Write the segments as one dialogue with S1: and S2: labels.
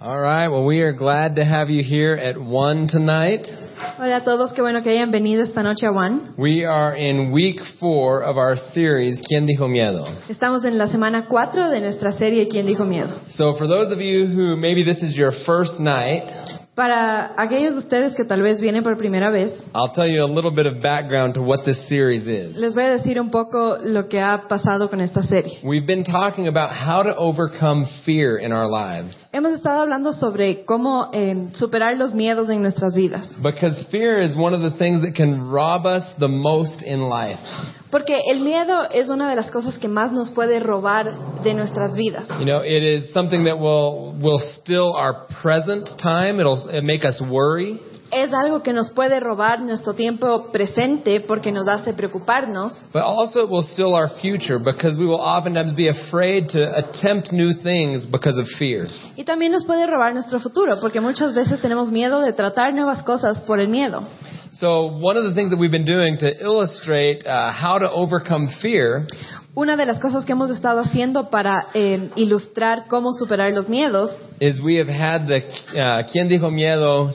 S1: All right. Well, we are glad to have you here at one tonight.
S2: Hola a todos, qué bueno que hayan venido esta noche a One.
S1: We are in week four of our series, ¿Quién dijo miedo?
S2: Estamos en la semana 4 de nuestra serie ¿Quién dijo miedo?
S1: So for those of you who maybe this is your first night,
S2: Para aquellos de ustedes que tal vez vienen por primera vez,
S1: I'll tell you a little bit of background to what this series is.
S2: les voy a decir un poco lo que ha pasado con esta serie.
S1: We've been talking about how to overcome fear in our lives
S2: Hemos estado hablando sobre cómo eh, superar los miedos en nuestras vidas,
S1: because fear is one of the things that can rob us the most in life.
S2: porque el miedo es una de las cosas que más nos puede robar de nuestras vidas.
S1: You know, it is something that will will still our present time. It'll, it'll make us worry.
S2: Es algo que nos puede robar nuestro tiempo presente porque nos hace preocuparnos,
S1: But also it will still our future because we will oftentimes be afraid to attempt new things because of fear.
S2: Y también nos puede robar nuestro futuro, porque muchas veces tenemos miedo de tratar nuevas cosas por el miedo.
S1: So one of the things that we've been doing to illustrate uh, how to overcome fear
S2: Una de las cosas que hemos estado haciendo para eh, ilustrar cómo superar los miedos
S1: is we have had the uh, Quien Dijo Miedo uh,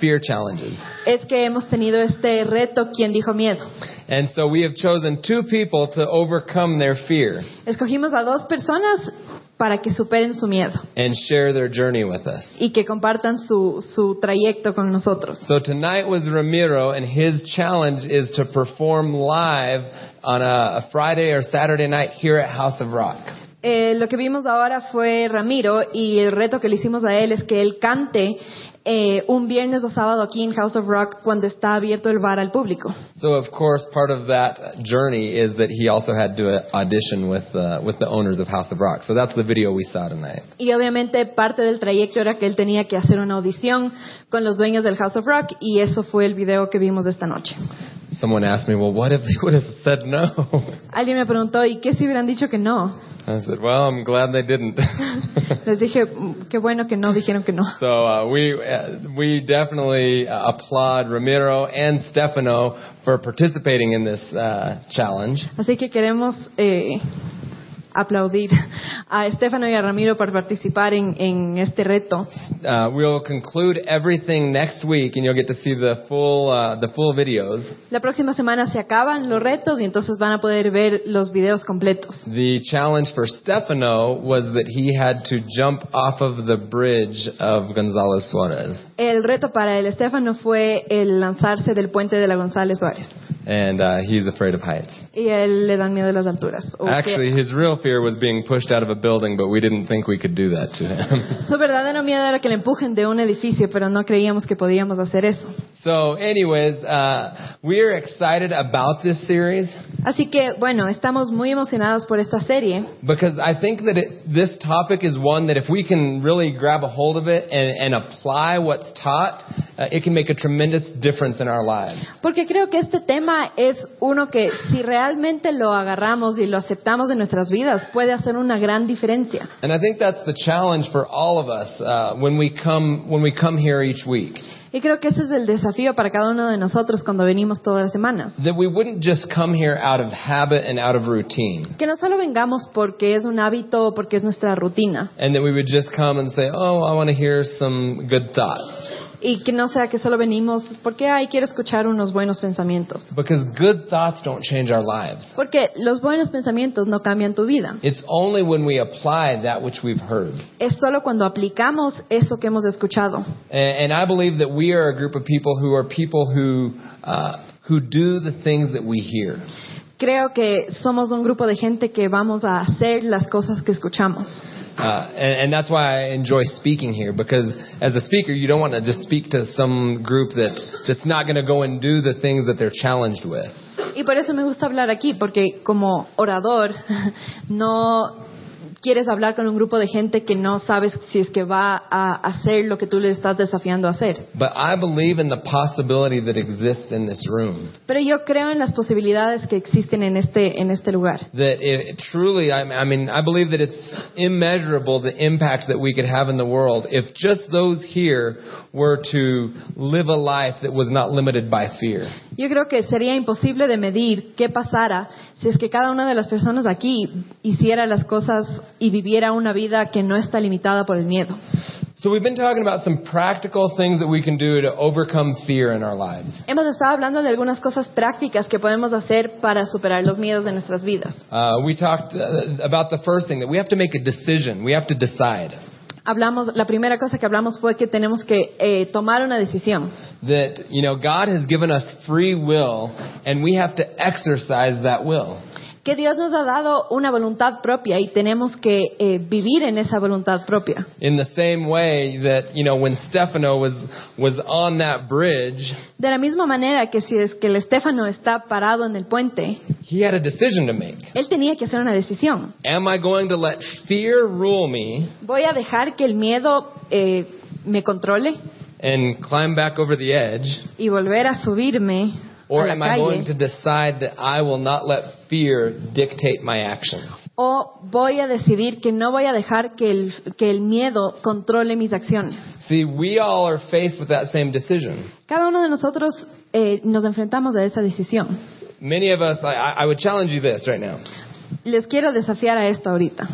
S1: fear challenges.
S2: es que hemos tenido este reto, ¿quién dijo miedo?
S1: And so we have chosen two people to overcome their fear
S2: Escogimos a dos personas para que superen su miedo
S1: and share their journey with us.
S2: y que compartan su, su trayecto con nosotros.
S1: So tonight was Ramiro, and his challenge is to perform live on a, a Friday or Saturday night here at House of Rock.
S2: Eh, lo que vimos ahora fue Ramiro y el reto que le hicimos a él es que él cante eh, un viernes o sábado aquí en House of Rock cuando está abierto el bar al público.
S1: So of course, part of that journey is that he also had to uh, audition with uh, with the owners of House of Rock. So that's the video we saw tonight.
S2: Y obviamente parte del trayecto era que él tenía que hacer una audición con los dueños del House of Rock y eso fue el video que vimos de esta noche.
S1: Someone asked me, "Well, what if they would have said no?"
S2: Alguien me preguntó, ¿y qué si hubieran dicho que no?
S1: I said, "Well, I'm glad they didn't."
S2: Les dije, "Mm, qué bueno que no, dijeron que no.
S1: so uh, we uh, we definitely uh, applaud Ramiro and Stefano for participating in this uh, challenge.
S2: Así que queremos eh, aplaudir a Estefano y a Ramiro por participar en, en este reto.
S1: Uh, we'll conclude everything next week, and you'll get to see the full uh, the full videos.
S2: La próxima semana se acaban los retos y entonces van a poder ver los videos completos.
S1: The challenge for Stefano was that he had to jump off of the bridge of Gonzalez Suarez,
S2: El reto para el Estefano fue el lanzarse del puente de la González Suárez.
S1: and uh, he's afraid of heights.
S2: Y a él le dan miedo las alturas. O que-
S1: Actually, his real fear was being pushed out of a building, but we didn't think we could do that to him.
S2: su verdadero miedo era que le empujen de un edificio, pero no creíamos que podíamos hacer eso.
S1: so, anyways, uh, we're excited about this series
S2: Así que, bueno, estamos muy emocionados por esta serie,
S1: because I think that it, this topic is one that if we can really grab a hold of it and, and apply what's taught, uh, it can make a tremendous difference in our lives.
S2: porque creo que este tema es uno que si realmente lo agarramos y lo aceptamos en nuestras vidas, puede hacer una gran diferencia.
S1: And I think that's the challenge for all of us uh, when we come when we come here each week.
S2: Y creo que ese es el desafío para cada uno de nosotros cuando venimos todas las semanas.
S1: That we wouldn't just come here out of habit and out of routine,
S2: Que no solo vengamos porque es un hábito o porque es nuestra rutina.
S1: and that we would just come and say, "Oh, I want to hear some good thoughts,"
S2: Y que no sea que solo venimos porque, ay, quiero escuchar unos buenos pensamientos.
S1: because good thoughts don't change our lives.
S2: Porque los buenos pensamientos no cambian tu vida.
S1: It's only when we apply that which we've heard.
S2: Es solo cuando aplicamos eso que hemos escuchado.
S1: And, and I believe that we are a group of people who are people who uh, who do the things that we hear.
S2: Creo que somos un grupo de gente que vamos a hacer las cosas que escuchamos.
S1: Uh, and, and that's why I enjoy speaking here because as a speaker, you don't want to just speak to some group that's that's not going to go and do the things that they're challenged with.
S2: Y por eso me gusta hablar aquí, porque como orador no quieres hablar con un grupo de gente que no sabes si es que va a hacer lo que tú le estás desafiando a hacer.
S1: But I believe in the possibility that exists in this room.
S2: Pero yo creo en las posibilidades que existen en este, en este lugar.
S1: That it, truly, I, I mean, I believe that it's immeasurable the impact that we could have in the world if just those here were to live a life that was not limited by fear.
S2: Yo creo que sería imposible de medir qué pasara si es que cada una de las personas aquí hiciera las cosas y viviera una vida que no está limitada por el miedo.
S1: So we've been talking about some practical things that we can do to overcome fear in our lives.
S2: Hemos estado hablando de algunas cosas prácticas que podemos hacer para superar los miedos de nuestras vidas.
S1: Uh, we talked uh, about the first thing that we have to make a decision. We have to decide
S2: Hablamos, la primera cosa que hablamos fue que tenemos que eh, tomar una decisión.
S1: that you know God has given us free will, and we have to exercise that will.
S2: Que Dios nos ha dado una voluntad propia y tenemos que eh, vivir en esa voluntad propia.
S1: In the same way that you know when Stefano was was on that bridge,
S2: De la misma manera que si es que el Estéfano está parado en el puente,
S1: he had a decision to make.
S2: él tenía que hacer una decisión.
S1: Am I going to let fear rule me
S2: ¿Voy a dejar que el miedo eh, me controle
S1: and climb back over the edge?
S2: y volver a subirme a
S1: Or
S2: la
S1: am I going to
S2: calle?
S1: decide that I will not let fear dictate my actions?
S2: ¿O voy a decidir que no voy a dejar que el, que el miedo controle mis acciones?
S1: See, we all are faced with that same decision.
S2: Cada uno de nosotros eh, nos enfrentamos a esa decisión.
S1: Many of us, I, I I would challenge you this right now.
S2: Les quiero desafiar a esto ahorita.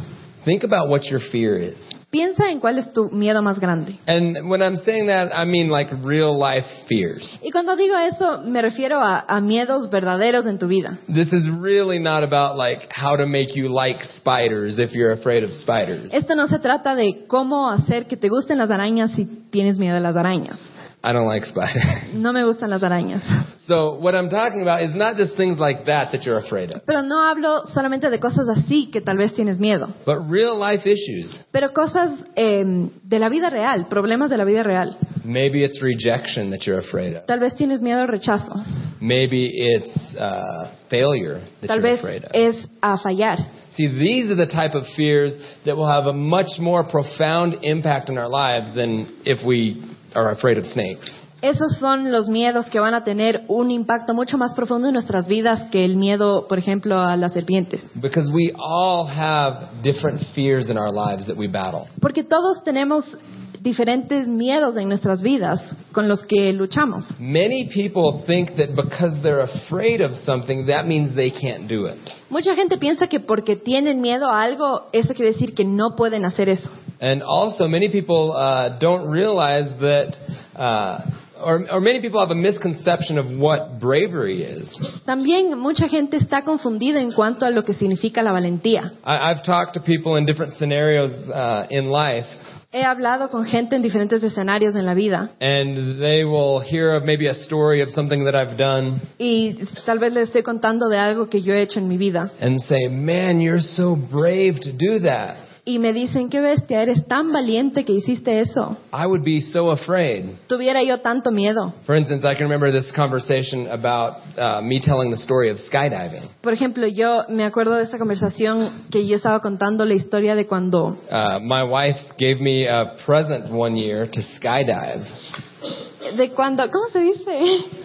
S1: Think about what your fear is.
S2: Piensa en cuál es tu miedo más grande.
S1: And when I'm saying that, I mean like real life fears.
S2: Y cuando digo eso, me refiero a, a miedos verdaderos en tu vida.
S1: This is really not about like how to make you like spiders if you're afraid of spiders.
S2: Esto no se trata de cómo hacer que te gusten las arañas si tienes miedo a las arañas.
S1: I don't like spiders.
S2: No me gustan las arañas.
S1: So what I'm talking about is not just things like that that you're afraid of,
S2: Pero no hablo solamente de cosas así que tal vez tienes miedo,
S1: but real life issues.
S2: pero cosas eh, de la vida real, problemas de la vida real.
S1: Maybe it's rejection that you're afraid of.
S2: Tal vez tienes miedo al rechazo,
S1: Maybe it's uh, failure that
S2: tal
S1: you're
S2: vez
S1: afraid of.
S2: es a fallar.
S1: See, these are the type of fears that will have a much more profound impact in our lives than if we are afraid of snakes.
S2: Esos son los miedos que van a tener un impacto mucho más profundo en nuestras vidas que el miedo, por ejemplo, a las serpientes.
S1: Because we all have different fears in our lives that we battle.
S2: Porque todos tenemos diferentes miedos en nuestras vidas con los que luchamos.
S1: Many people think that because they're afraid of something, that means they can't do it.
S2: Mucha gente piensa que porque tienen miedo a algo, eso quiere decir que no pueden hacer eso.
S1: And also, many people uh, don't realize that, uh, or, or many people have a misconception of what bravery is.
S2: También mucha gente está confundida en cuanto a lo que significa la valentía.
S1: I, I've talked to people in different scenarios uh, in life,
S2: He hablado con gente en diferentes escenarios en la vida
S1: and they will hear of maybe a story of something that I've done
S2: y tal vez les estoy contando de algo que yo he hecho en mi vida
S1: and say, Man, you're so brave to do that.
S2: y me dicen, qué bestia, eres tan valiente que hiciste eso.
S1: I would be so afraid.
S2: Tuviera yo tanto miedo.
S1: For instance, I can remember this conversation about uh, me telling the story of skydiving.
S2: Por ejemplo, yo me acuerdo de esta conversación que yo estaba contando la historia de cuando
S1: Uh, my wife gave me a present one year to skydive.
S2: de cuando, ¿cómo se dice?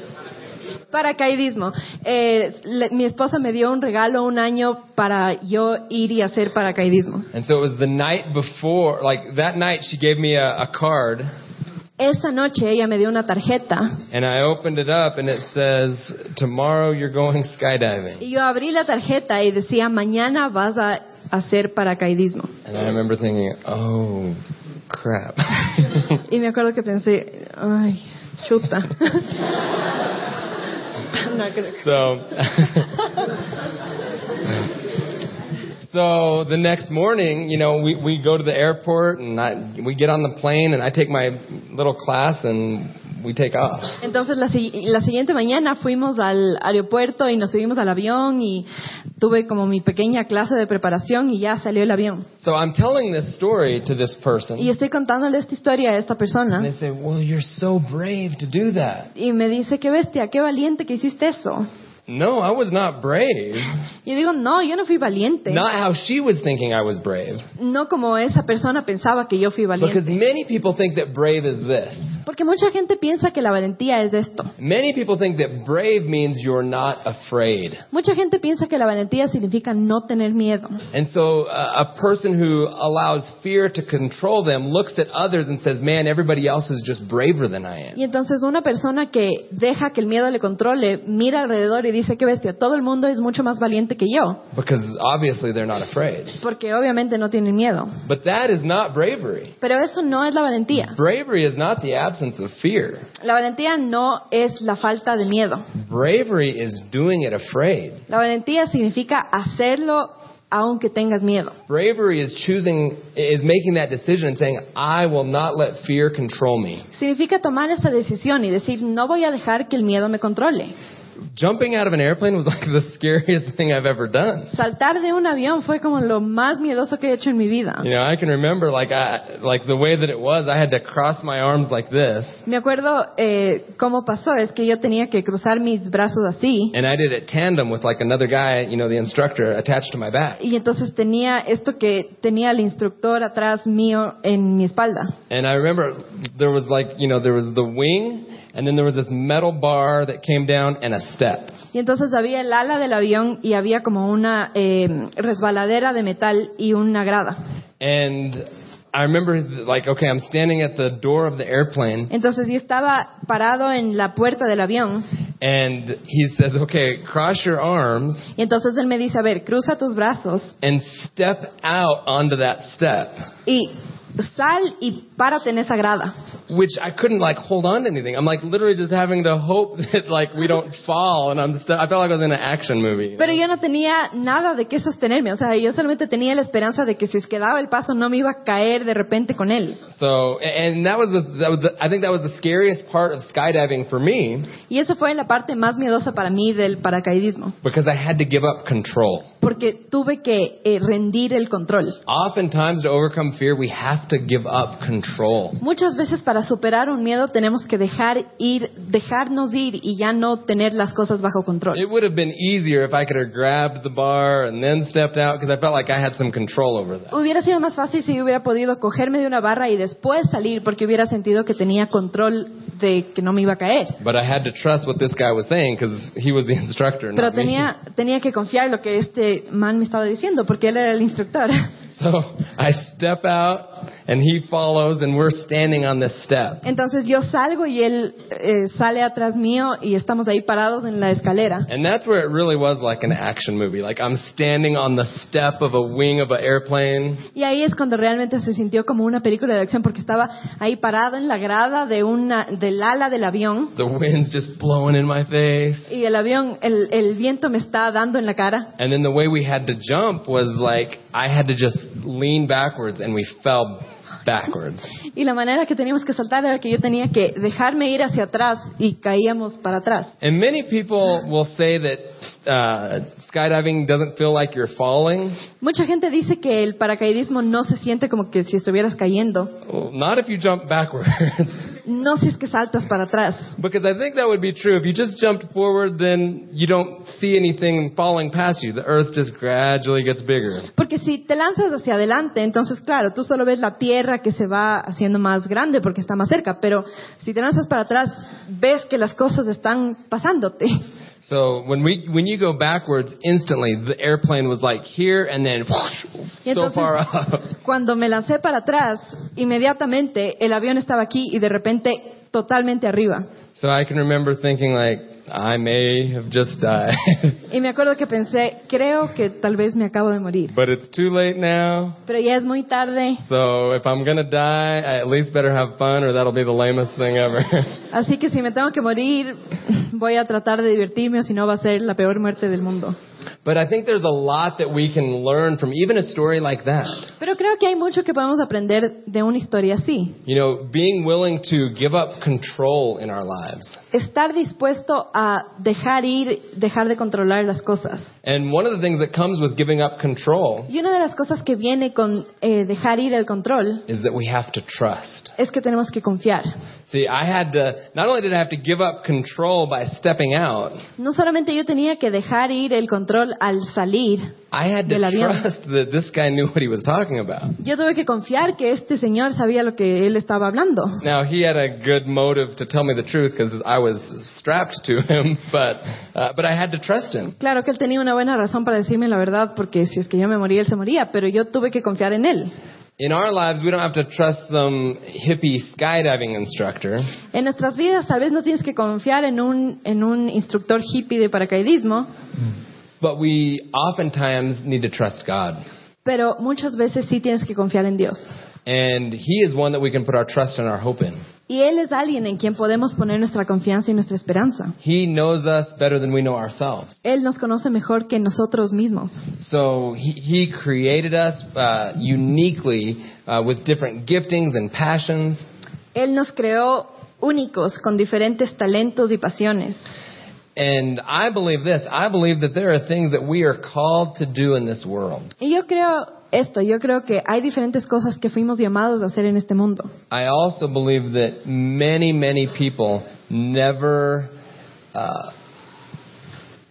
S2: Paracaidismo. Eh, le- mi esposa me dio un regalo un año para yo ir y hacer paracaidismo.
S1: And so it was the night before, like that night, she gave me a, a card,
S2: Esa noche ella me dio una tarjeta
S1: and I opened it up, and it says, Tomorrow you're going skydiving.
S2: y yo abrí la tarjeta y decía, mañana vas a hacer paracaidismo.
S1: And I remember thinking, Oh, crap.
S2: Y me acuerdo que pensé, ay, chuta. No creo.
S1: so. So the next morning, you know, we, we go to the airport and I, we get on the plane and I take my little class and we take off.
S2: Entonces la, si- la siguiente mañana fuimos al aeropuerto y nos subimos al avión y tuve como mi pequeña clase de preparación y ya salió el avión.
S1: So I'm telling this story to this person.
S2: Y estoy contándole esta historia a esta
S1: And
S2: persona
S1: they say, Well, you're so brave to do that.
S2: y me dice, qué bestia, qué valiente que hiciste eso.
S1: No, I was not brave.
S2: Y yo digo, no, yo no fui valiente.
S1: Not how she was thinking I was brave.
S2: No como esa persona pensaba que yo fui
S1: Because
S2: valiente.
S1: many people think that brave is this.
S2: Porque mucha gente piensa que la valentía es esto.
S1: Many people think that brave means you're not afraid.
S2: Mucha gente piensa que la valentía significa no tener miedo.
S1: And so uh, a person who allows fear to control them looks at others and says, Man, everybody else is just braver than I am.
S2: Y entonces una persona que deja que el miedo le controle, mira alrededor y dice, qué bestia, todo el mundo es mucho más valiente que yo,
S1: because obviously they're not afraid.
S2: porque obviamente no tienen miedo.
S1: But that is not bravery.
S2: Pero eso no es la valentía.
S1: Bravery is not the absence of fear.
S2: La valentía no es la falta de miedo.
S1: Bravery is doing it afraid.
S2: La valentía significa hacerlo aunque tengas miedo.
S1: Bravery is choosing, is making that decision and saying, I will not let fear control me.
S2: Significa tomar esa decisión y decir, no voy a dejar que el miedo me controle.
S1: Jumping out of an airplane was like the scariest thing I've ever done.
S2: Saltar de un avión fue como lo más miedoso que he hecho en mi vida.
S1: You know, I can remember like I, like the way that it was, I had to cross my arms like this
S2: Me acuerdo eh, cómo pasó, es que yo tenía que cruzar mis brazos así
S1: and I did it tandem with like another guy, you know, the instructor attached to my back.
S2: y entonces tenía esto que tenía el instructor atrás mío en mi espalda.
S1: And I remember there was like, you know, there was the wing and then there was this metal bar that came down and a step.
S2: Y entonces había el ala del avión y había como una eh, resbaladera de metal y una grada.
S1: And I remember like, okay, I'm standing at the door of the airplane
S2: Entonces yo estaba parado en la puerta del avión
S1: and he says, okay, cross your arms
S2: y entonces él me dice, a ver, cruza tus brazos
S1: and step out onto that step,
S2: y sal y párate en esa grada.
S1: which I couldn't like hold on to anything. I'm like literally just having to hope that like we don't fall and I'm stu I felt like I was in an action movie.
S2: Pero yo no tenía nada de qué sostenerme, o sea, yo solamente tenía la esperanza de que si es que daba el paso no me iba a caer de repente con él.
S1: So, and that was the, that was the, I think that was the scariest part of skydiving for me
S2: Y eso fue la parte más miedosa para mí del paracaidismo,
S1: because I had to give up control.
S2: porque tuve que eh, rendir el control.
S1: Oftentimes, to overcome fear, we have to give up control.
S2: Muchas veces para superar un miedo tenemos que dejar ir, dejarnos ir y ya no tener las cosas bajo control.
S1: It would have been easier if I could have grabbed the bar and then stepped out because I felt like I had some control over that.
S2: Hubiera sido más fácil si yo hubiera podido cogerme de una barra y después salir porque hubiera sentido que tenía control de que no me iba a caer.
S1: But I had to trust what this guy was saying because he was the instructor.
S2: Pero
S1: Not me.
S2: tenía, tenía que confiar lo que este man me estaba diciendo porque él era el instructor.
S1: So I step out and he follows and we're standing on this step.
S2: Entonces yo salgo y él eh, sale atrás mío y estamos ahí parados en la escalera.
S1: And that's where it really was like an action movie. Like I'm standing on the step of a wing of an airplane.
S2: Y ahí es cuando realmente se sintió como una película de acción porque estaba ahí parado en la grada de una, del ala del avión
S1: The wind's just blowing in my face.
S2: y el avión, el, el viento me está dando en la cara.
S1: And then the way we had to jump was like I had to just lean backwards and we fell backwards.
S2: Y la manera que teníamos que saltar era que yo tenía que dejarme ir hacia atrás y caíamos para atrás.
S1: And many people will say that uh, skydiving doesn't feel like you're falling.
S2: Mucha gente dice que el paracaidismo no se siente como que si estuvieras cayendo,
S1: Well, not if you jump backwards.
S2: no si es que saltas para atrás.
S1: because I think that would be true. If you just jumped forward, then you don't see anything falling past you. The earth just gradually gets bigger.
S2: Porque si te lanzas hacia adelante, entonces claro, tú solo ves la tierra que se va haciendo más grande porque está más cerca, pero si te lanzas para atrás, ves que las cosas están pasándote.
S1: So when we when you go backwards instantly, the airplane was like here and then whoosh,
S2: Y
S1: so far up.
S2: entonces, cuando me lancé para atrás, inmediatamente el avión estaba aquí y de repente totalmente arriba.
S1: So I can remember thinking like I may have just died,
S2: Y me acuerdo que pensé, creo que tal vez me acabo de morir.
S1: but it's too late now.
S2: Pero ya es muy tarde,
S1: So if I'm gonna die, I at least better have fun, or that'll be the lamest thing ever.
S2: así que si me tengo que morir, voy a tratar de divertirme o si no va a ser la peor muerte del mundo.
S1: but I think there's a lot that we can learn from even a story like that.
S2: Pero creo que hay mucho que podemos aprender de una historia así.
S1: You know, being willing to give up control in our lives.
S2: Estar dispuesto a dejar ir, dejar de controlar las cosas.
S1: And one of the things that comes with giving up control
S2: Y una de las cosas que viene con eh, dejar ir el control
S1: is that we have to trust.
S2: es que tenemos que confiar.
S1: See, I had to, not only did I have to give up control by stepping out,
S2: No solamente yo tenía que dejar ir el control al salir,
S1: I had to
S2: Del avión.
S1: trust that this guy knew what he was talking about.
S2: yo tuve que confiar que este señor sabía lo que él estaba hablando.
S1: Now he had a good motive to tell me the truth because I was strapped to him, but uh, but I had to trust him.
S2: Claro que él tenía una buena razón para decirme la verdad, porque si es que yo me moría, él se moría, pero yo tuve que confiar en él.
S1: In our lives, we don't have to trust some hippie skydiving instructor.
S2: En nuestras vidas tal vez no tienes que confiar en un, en un instructor hippie de paracaidismo,
S1: But we oftentimes need to trust God.
S2: Pero muchas veces sí tienes que confiar en Dios.
S1: And He is one that we can put our trust and our hope in.
S2: Y Él es alguien en quien podemos poner nuestra confianza y nuestra esperanza.
S1: He knows us better than we know ourselves.
S2: Él nos conoce mejor que nosotros mismos.
S1: So He, he created us uh, uniquely uh, with different giftings and passions.
S2: Él nos creó únicos, con diferentes talentos y pasiones.
S1: And I believe this. I believe that there are things that we are called to do in this world.
S2: Y yo creo esto, yo creo que hay diferentes cosas que fuimos llamados a hacer en este mundo.
S1: I also believe that many, many people never uh,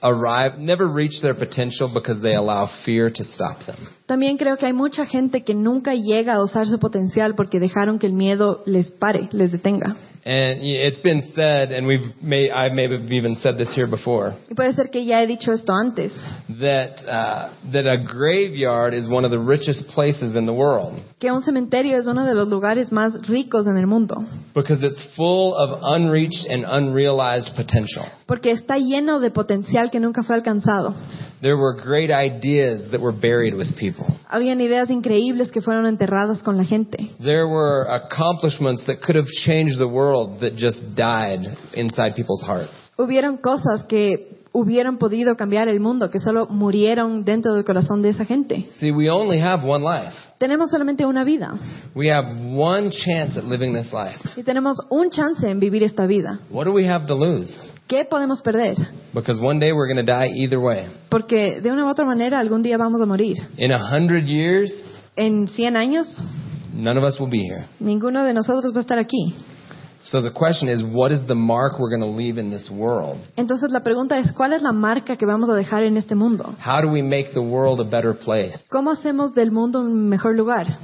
S1: arrive, never reach their potential because they allow fear to stop them.
S2: También creo que hay mucha gente que nunca llega a usar su potencial porque dejaron que el miedo les pare, les detenga.
S1: And y- it's been said, and we've may, I may have even said this here before,
S2: Y puede ser que ya he dicho esto antes,
S1: that uh, that a graveyard is one of the richest places in the world
S2: que un cementerio es uno de los lugares más ricos en el mundo,
S1: because it's full of unreached and unrealized potential.
S2: porque está lleno de potencial que nunca fue alcanzado.
S1: There were great ideas that were buried with people.
S2: Habían ideas increíbles que fueron enterradas con la gente.
S1: There were accomplishments that could have changed the world that just died inside people's hearts.
S2: Hubieron cosas que hubieran podido cambiar el mundo, que solo murieron dentro del corazón de esa gente.
S1: See, we only have one life.
S2: Tenemos solamente una vida
S1: We have one chance at living this life.
S2: y tenemos un chance en vivir esta vida.
S1: What do we have to lose?
S2: ¿Qué podemos perder?
S1: Because one day we're going to die either way.
S2: Porque de una u otra manera algún día vamos a morir.
S1: In a hundred years,
S2: En 100 años
S1: none of us will be here.
S2: ninguno de nosotros va a estar aquí.
S1: So the question is, what is the mark we're going to leave in this world?
S2: Entonces la pregunta es, ¿cuál es la marca que vamos a dejar en este mundo?
S1: How do we make the world a better place?
S2: ¿Cómo hacemos del mundo un mejor lugar?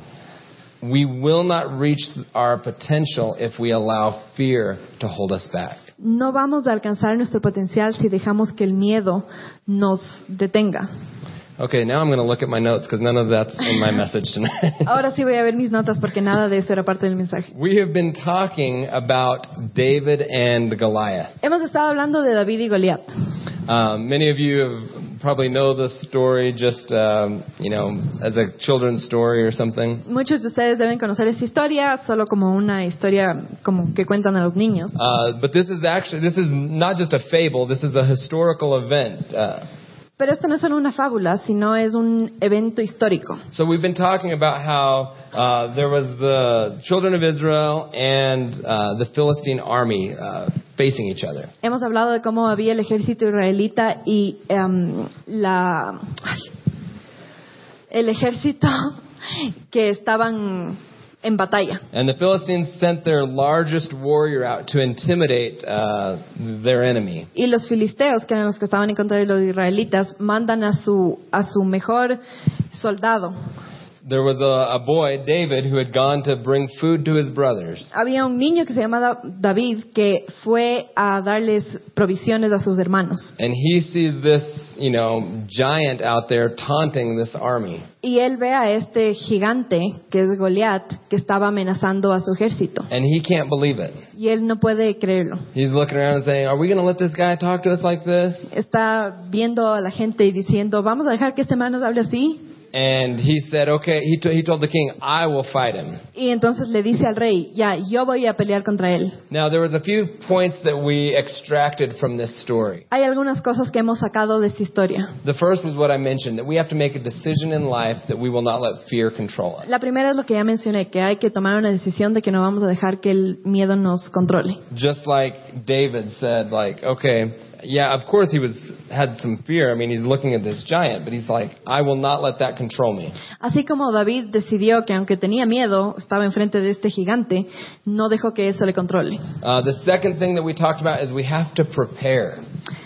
S1: We will not reach our potential if we allow fear to hold us back.
S2: No vamos a alcanzar nuestro potencial si dejamos que el miedo nos detenga.
S1: Okay, now I'm going to look at my notes because none of that's in my message tonight.
S2: Ahora sí voy a ver mis notas porque nada de eso era parte del mensaje.
S1: we have been talking about David and Goliath.
S2: Hemos estado hablando de David y Goliat.
S1: Um, many of you have probably know this story just, um, you know, as a children's story or something.
S2: Muchos de ustedes deben conocer esta historia, solo como una historia como que cuentan a los niños.
S1: Uh, but this is actually, this is not just a fable, this is a historical event. Uh,
S2: Pero esto no es solo una fábula, sino es un evento histórico.
S1: so we've been talking about how uh, there was the children of Israel and uh, the Philistine army uh, facing each other.
S2: Hemos hablado de cómo había el ejército israelita y em, la, ay, el ejército que estaban en batalla.
S1: And the Philistines sent their largest warrior out to intimidate uh, their enemy.
S2: Y los filisteos, que eran los que estaban en contra de los israelitas, mandan a su, a su mejor soldado.
S1: There was a, a boy, David, who had gone to bring food to his brothers.
S2: Había un niño que se llamaba David que fue a darles provisiones a sus hermanos.
S1: And he sees this, you know, giant out there taunting this army.
S2: Y él ve a este gigante, que es Goliat, que estaba amenazando a su ejército.
S1: And he can't believe it.
S2: Y él no puede creerlo.
S1: He's looking around and saying, Are we going to let this guy talk to us like this?
S2: Está viendo a la gente y diciendo, vamos a dejar que este man nos hable así.
S1: And he said, Okay, he, t- he told the king, I will fight him.
S2: Y entonces le dice al rey, ya, yo voy a pelear contra él.
S1: Now, there was a few points that we extracted from this story.
S2: Hay algunas cosas que hemos sacado de esta historia.
S1: The first was what I mentioned that we have to make a decision in life that we will not let fear control us.
S2: La primera es lo que ya mencioné, que hay que tomar una decisión de que no vamos a dejar que el miedo nos controle.
S1: Just like David said, like, okay, yeah, of course he was had some fear. I mean, he's looking at this giant, but he's like, I will not let that control me.
S2: Así como David decidió que aunque tenía miedo, estaba enfrente de este gigante, no dejó que eso le controle.
S1: Uh, the second thing that we talked about is we have to prepare.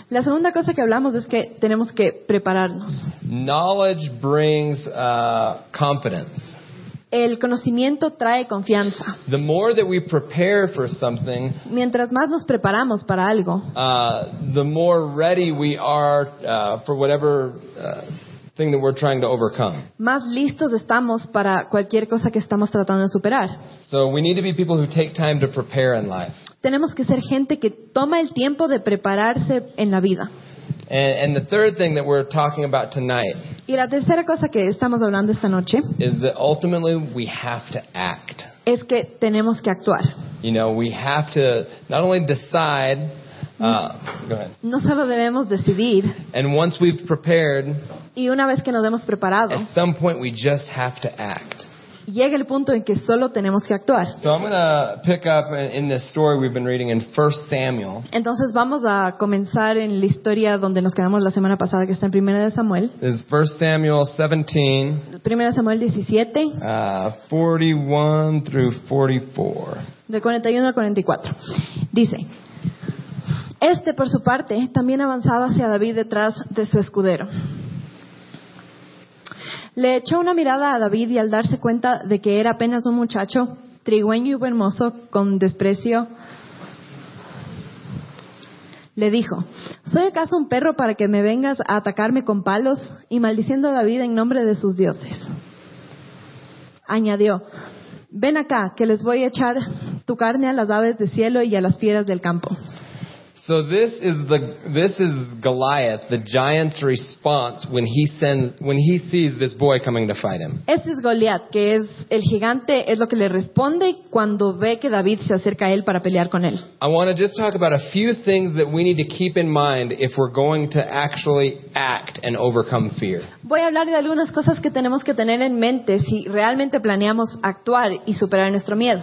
S2: La segunda cosa que hablamos es que tenemos que prepararnos.
S1: Knowledge brings uh, confidence.
S2: El conocimiento trae confianza.
S1: The more that we prepare for something,
S2: Mientras más nos preparamos para algo,
S1: uh, the more ready we are uh, for whatever uh, thing that we're trying to overcome.
S2: más listos estamos para cualquier cosa que estamos tratando de superar.
S1: So we need to be people who take time to prepare in life.
S2: Tenemos que ser gente que toma el tiempo de prepararse en la vida.
S1: And, and the third thing that we're talking about tonight
S2: Y la tercera cosa que estamos hablando esta noche
S1: is that ultimately we have to act.
S2: es que tenemos que actuar.
S1: You know, we have to not only decide, uh, go ahead.
S2: No solo debemos decidir
S1: And once we've prepared,
S2: y una vez que nos hemos preparado,
S1: at some point we just have to act.
S2: llega el punto en que solo tenemos que actuar.
S1: So I'm going to pick up in- in this story we've been reading in 1 Samuel.
S2: Entonces vamos a comenzar en la historia donde nos quedamos la semana pasada, que está en Primera de Samuel.
S1: This is 1 Samuel 17,
S2: Primera de Samuel 17,
S1: uh, 41 through 44.
S2: Del 41 al 44. Dice, este por su parte también avanzaba hacia David detrás de su escudero. Le echó una mirada a David y al darse cuenta de que era apenas un muchacho, trigüeño y buen mozo, con desprecio, le dijo, ¿soy acaso un perro para que me vengas a atacarme con palos y maldiciendo a David en nombre de sus dioses? añadió, ven acá, que les voy a echar tu carne a las aves del cielo y a las fieras del campo.
S1: So this is the this is Goliath, the giant's response when he sends when he sees this boy coming to fight him.
S2: Este es Goliat, que es el gigante, es lo que le responde cuando ve que David se acerca a él para pelear con él.
S1: I want to just talk about a few things that we need to keep in mind if we're going to actually act and overcome fear.
S2: Voy a hablar de algunas cosas que tenemos que tener en mente si realmente planeamos actuar y superar nuestro miedo.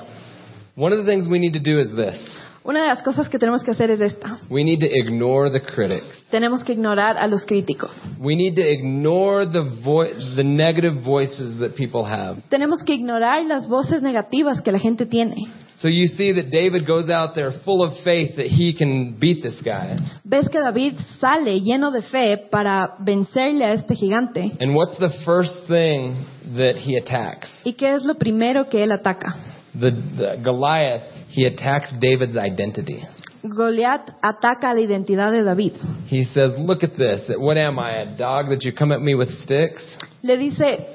S1: One of the things we need to do is this.
S2: Una de las cosas que tenemos que hacer es esta.
S1: We need to ignore the critics.
S2: Tenemos que ignorar a los críticos.
S1: We need to ignore the vo- the negative voices that people have.
S2: Tenemos que ignorar las voces negativas que la gente tiene.
S1: So you see that David goes out there full of faith that he can beat this guy.
S2: Ves que David sale lleno de fe para vencerle a este gigante.
S1: And what's the first thing that he attacks?
S2: ¿Y qué es lo primero que él ataca?
S1: The, the Goliath, he attacks David's identity.
S2: Goliat ataca la identidad de David.
S1: He says, "Look at this. What am I, a dog that you come at me with sticks?"
S2: Le dice,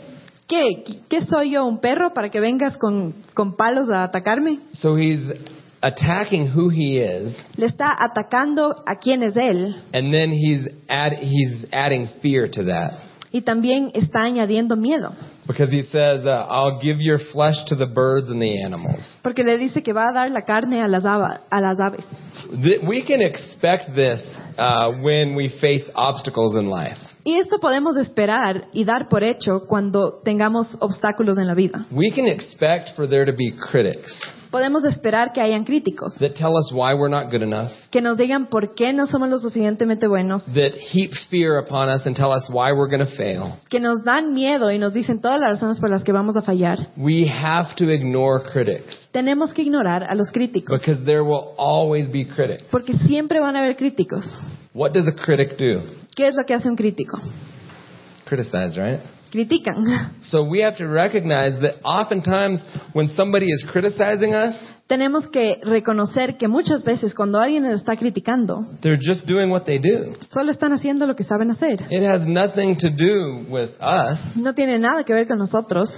S2: ¿qué? ¿Qué soy yo, un perro, para que vengas con, con palos a atacarme?
S1: So he's attacking who he is,
S2: Le está atacando a quién es él
S1: and then he's add, he's adding fear to that
S2: y también está añadiendo miedo.
S1: because he says, uh, "I'll give your flesh to the birds and the animals."
S2: Porque le dice que va a dar la carne a las, ava- a las aves.
S1: Th- we can expect this uh, when we face obstacles in life.
S2: Y esto podemos esperar y dar por hecho cuando tengamos obstáculos en la vida.
S1: We can expect for there to be critics
S2: Podemos esperar que hayan críticos,
S1: that tell us why we're not good enough,
S2: que nos digan por qué no somos lo suficientemente buenos,
S1: that heap fear upon us and tell us why we're going to fail.
S2: que nos dan miedo y nos dicen todas las razones por las que vamos a fallar.
S1: We have to ignore critics
S2: Tenemos que ignorar a los críticos,
S1: because there will always be critics.
S2: porque siempre van a haber críticos.
S1: What does a critic do?
S2: ¿Qué es lo que hace un crítico?
S1: Criticize, right?
S2: Critican.
S1: So we have to recognize that oftentimes when somebody is criticizing us,
S2: Tenemos que reconocer que muchas veces cuando alguien nos está criticando,
S1: they're just doing what they do.
S2: solo están haciendo lo que saben hacer.
S1: It has nothing to do with us.
S2: No tiene nada que ver con nosotros.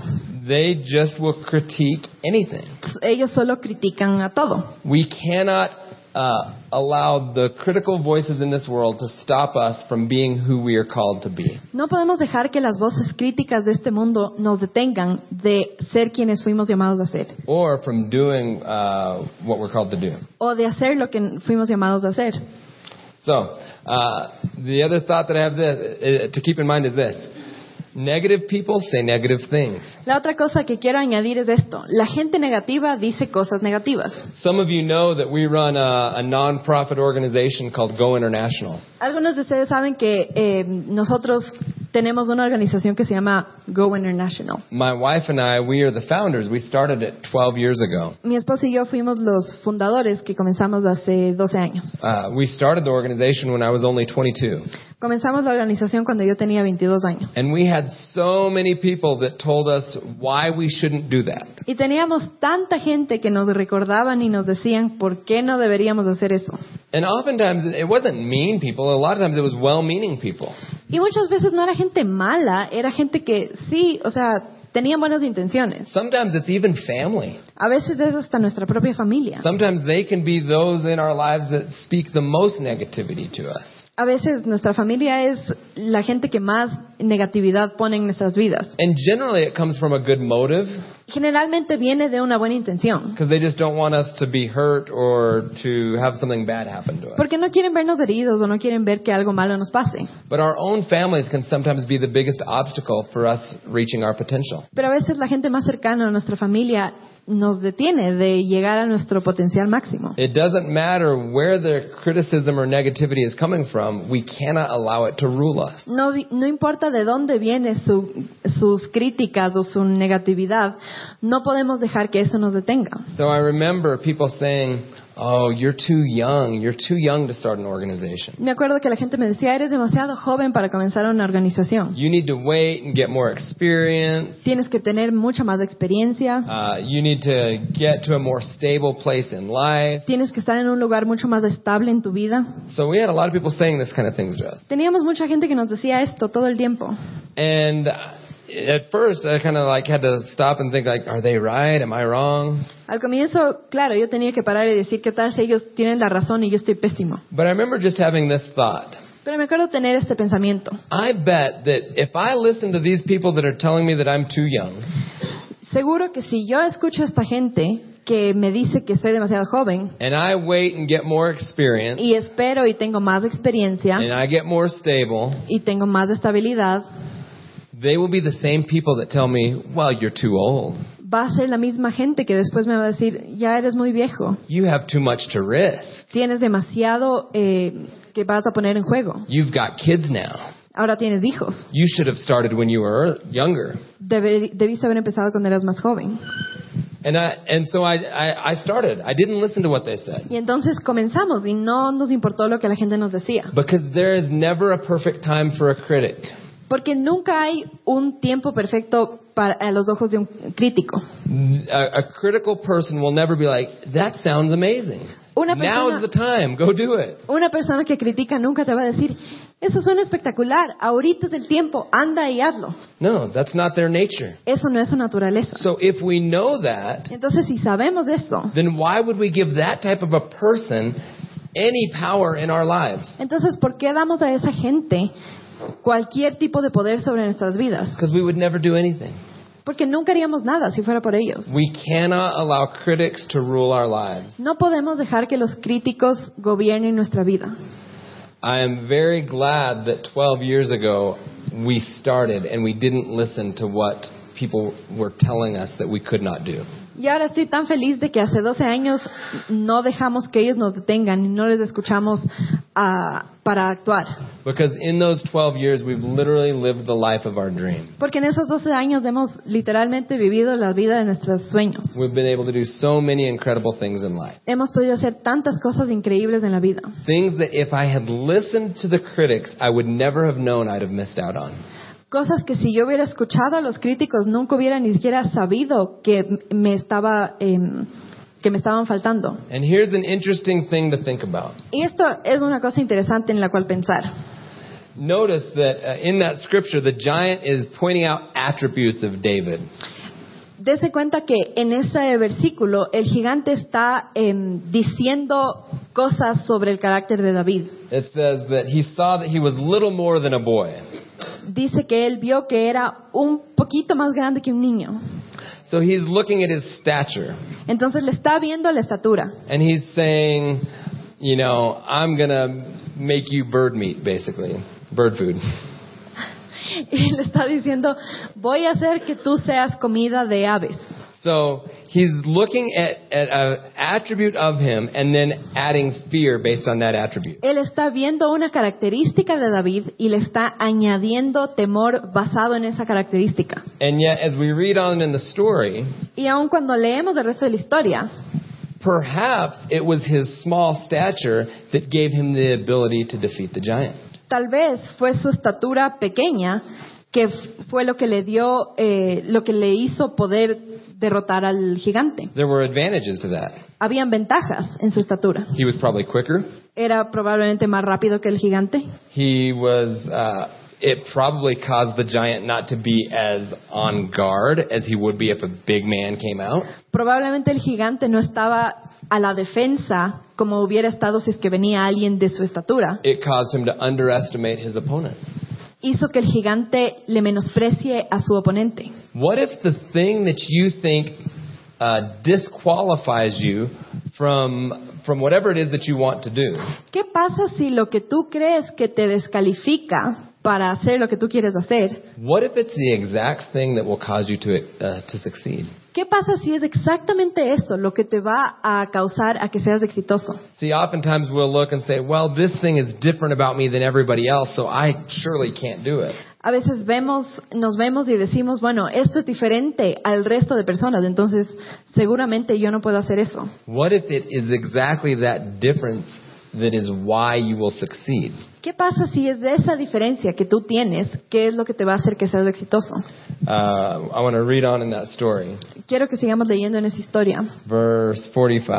S1: They just will critique anything.
S2: Ellos solo critican a todo.
S1: We cannot uh, allow the critical voices in this world to stop us from being who we are called to be.
S2: No podemos dejar que las voces críticas de este mundo nos detengan de ser quienes fuimos llamados a ser
S1: or from doing uh, what we're called to do.
S2: o de hacer lo que fuimos llamados a hacer.
S1: So, uh, the other thought that I have this, uh, to keep in mind is this negative people say negative things.
S2: La otra cosa que quiero añadir es esto. La gente negativa dice cosas negativas.
S1: Some of you know that we run a, a nonprofit organization called Go International.
S2: Algunos de ustedes saben que eh, nosotros tenemos una organización que se llama Go International.
S1: My wife and I, we are the founders. We started it 12 years ago.
S2: Mi esposo y yo fuimos los fundadores que comenzamos hace 12 años.
S1: Uh, we started the organization when I was only 22.
S2: Comenzamos la organización cuando yo tenía 22 años.
S1: And we had so many people that told us why we shouldn't do that.
S2: Y teníamos tanta gente que nos recordaban y nos decían por qué no deberíamos hacer eso.
S1: And oftentimes, it wasn't mean people. A lot of times, it was well-meaning people.
S2: Y muchas veces no era gente mala, era gente que sí, o sea, tenían buenas intenciones.
S1: Sometimes it's even family.
S2: A veces es hasta nuestra propia familia.
S1: Sometimes they can be those in our lives that speak the most negativity to us.
S2: A veces nuestra familia es la gente que más negatividad pone en nuestras vidas.
S1: And generally it comes from a good motive
S2: Generalmente viene de una buena intención,
S1: because they just don't want us to be hurt or to have something bad happen to us.
S2: porque no quieren vernos heridos o no quieren ver que algo malo nos pase.
S1: But our own families can sometimes be the biggest obstacle for us reaching our potential.
S2: Pero a veces la gente más cercana a nuestra familia nos detiene de llegar a nuestro potencial máximo.
S1: It doesn't matter where the criticism or negativity is coming from, we cannot allow it to rule us.
S2: No, vi- no importa de dónde vienen sus críticas o su negatividad, no podemos dejar que eso nos detenga.
S1: So I remember people saying, Oh, you're too young. You're too young to start an organization.
S2: Me acuerdo que la gente me decía, eres demasiado joven para comenzar una organización.
S1: You need to wait and get more experience.
S2: Tienes que tener mucha más experiencia,
S1: Uh, you need to get to a more stable place in life.
S2: tienes que estar en un lugar mucho más estable en tu vida.
S1: So we had a lot of people saying this kind of things to us.
S2: Teníamos mucha gente que nos decía esto todo el tiempo.
S1: And uh, at first, I kind of like had to stop and think like, are they right? Am I wrong?
S2: Al comienzo, claro, yo tenía que parar y decir qué tal si ellos tienen la razón y yo estoy pésimo.
S1: But I remember just having this thought.
S2: Pero me acuerdo tener este pensamiento.
S1: I bet that if I listen to these people that are telling me that I'm too young,
S2: Seguro que si yo escucho a esta gente que me dice que soy demasiado joven
S1: and I wait and get more experience,
S2: y espero y tengo más experiencia
S1: and I get more stable,
S2: y tengo más estabilidad,
S1: they will be the same people that tell me, well, you're too old.
S2: va a ser la misma gente que después me va a decir, ya eres muy viejo,
S1: You have too much to risk.
S2: tienes demasiado eh, que vas a poner en juego,
S1: You've got kids now.
S2: ahora tienes hijos,
S1: You should have started when you were younger.
S2: Debe- debiste haber empezado cuando eras más joven.
S1: And I and so I, I I started. I didn't listen to what they said
S2: Y entonces comenzamos y no nos importó lo que la gente nos decía,
S1: because there is never a perfect time for a critic.
S2: porque nunca hay un tiempo perfecto para, a los ojos de un crítico.
S1: A, a critical person will never be like, "That sounds amazing."
S2: Una
S1: Now
S2: persona-
S1: is the time. Go do it.
S2: Una persona que critica nunca te va a decir, eso suena espectacular, ahorita es el tiempo, anda y hazlo.
S1: No, that's not their nature.
S2: Eso no es su naturaleza.
S1: So if we know that,
S2: Entonces, si sabemos de esto,
S1: then why would we give that type of a person any power in our lives?
S2: entonces, ¿por qué damos a esa gente cualquier tipo de poder sobre nuestras vidas?
S1: Because we would never do anything.
S2: Porque nunca haríamos nada si fuera por ellos.
S1: We cannot allow critics to rule our lives.
S2: No podemos dejar que los críticos gobiernen nuestra vida.
S1: I am very glad that 12 years ago we started and we didn't listen to what people were telling us that we could not do.
S2: Y ahora estoy tan feliz de que hace 12 años no dejamos que ellos nos detengan y no les escuchamos ah, para actuar.
S1: Because in those 12 years, we've literally lived the life of our dreams.
S2: Porque en esos 12 años hemos literalmente vivido la vida de nuestros sueños.
S1: We've been able to do so many incredible things in life.
S2: Hemos podido hacer tantas cosas increíbles en la vida.
S1: Things that if I had listened to the critics, I would never have known I'd have missed out on.
S2: Cosas que si yo hubiera escuchado a los críticos nunca hubiera ni siquiera sabido que m- me, estaba, em, que me estaban faltando.
S1: And here's an interesting thing to think about.
S2: Y esto es una cosa interesante en la cual pensar.
S1: Notice that uh, in that scripture, the giant is pointing out attributes of David.
S2: Dese cuenta que en ese versículo el gigante está em, diciendo cosas sobre el carácter de David.
S1: It says that he saw that he was little more than a boy.
S2: Dice que él vio que era un poquito más grande que un niño.
S1: So he's looking at his stature
S2: Entonces le está viendo la estatura
S1: and he's saying, you know, I'm going to make you bird meat, basically, bird food.
S2: y le está diciendo, voy a hacer que tú seas comida de aves.
S1: So he's looking at, at an attribute of him and then adding fear based on that attribute.
S2: Él está viendo una característica de David y le está añadiendo temor basado en esa característica.
S1: And yet, as we read on in the story,
S2: Y aun cuando leemos el resto de la historia,
S1: perhaps it was his small stature that gave him the ability to defeat the giant.
S2: tal vez fue su estatura pequeña que f- fue lo que le dio, eh, lo que le hizo poder derrotar al gigante.
S1: There were advantages to that.
S2: Habían ventajas en su estatura.
S1: He was probably quicker.
S2: Era probablemente más rápido que el gigante.
S1: He was. Uh, it probably caused the giant not to be as on guard as he would be if a big man came out.
S2: Probablemente el gigante no estaba a la defensa como hubiera estado si es que venía alguien de su estatura.
S1: It caused him to underestimate his opponent.
S2: Hizo que el gigante le menosprecie a su oponente.
S1: What if the thing that you think uh, disqualifies you from from whatever it is that you want to do
S2: ¿Qué pasa si lo que tú crees que te descalifica para hacer lo que tú quieres hacer?
S1: What if it's the exact thing that will cause you to uh, to succeed?
S2: ¿Qué pasa si es exactamente eso lo que te va a causar a que seas exitoso?
S1: See, oftentimes we'll look and say, "Well, this thing is different about me than everybody else, so I surely can't do it."
S2: A veces vemos, nos vemos y decimos, bueno, esto es diferente al resto de personas, entonces seguramente yo no puedo hacer eso.
S1: What if it is exactly that difference that is why you will succeed?
S2: ¿Qué pasa si es de esa diferencia que tú tienes, qué es lo que te va a hacer que seas exitoso?
S1: Uh, I want to read on in that story,
S2: Quiero que sigamos leyendo en esa historia,
S1: verse 45.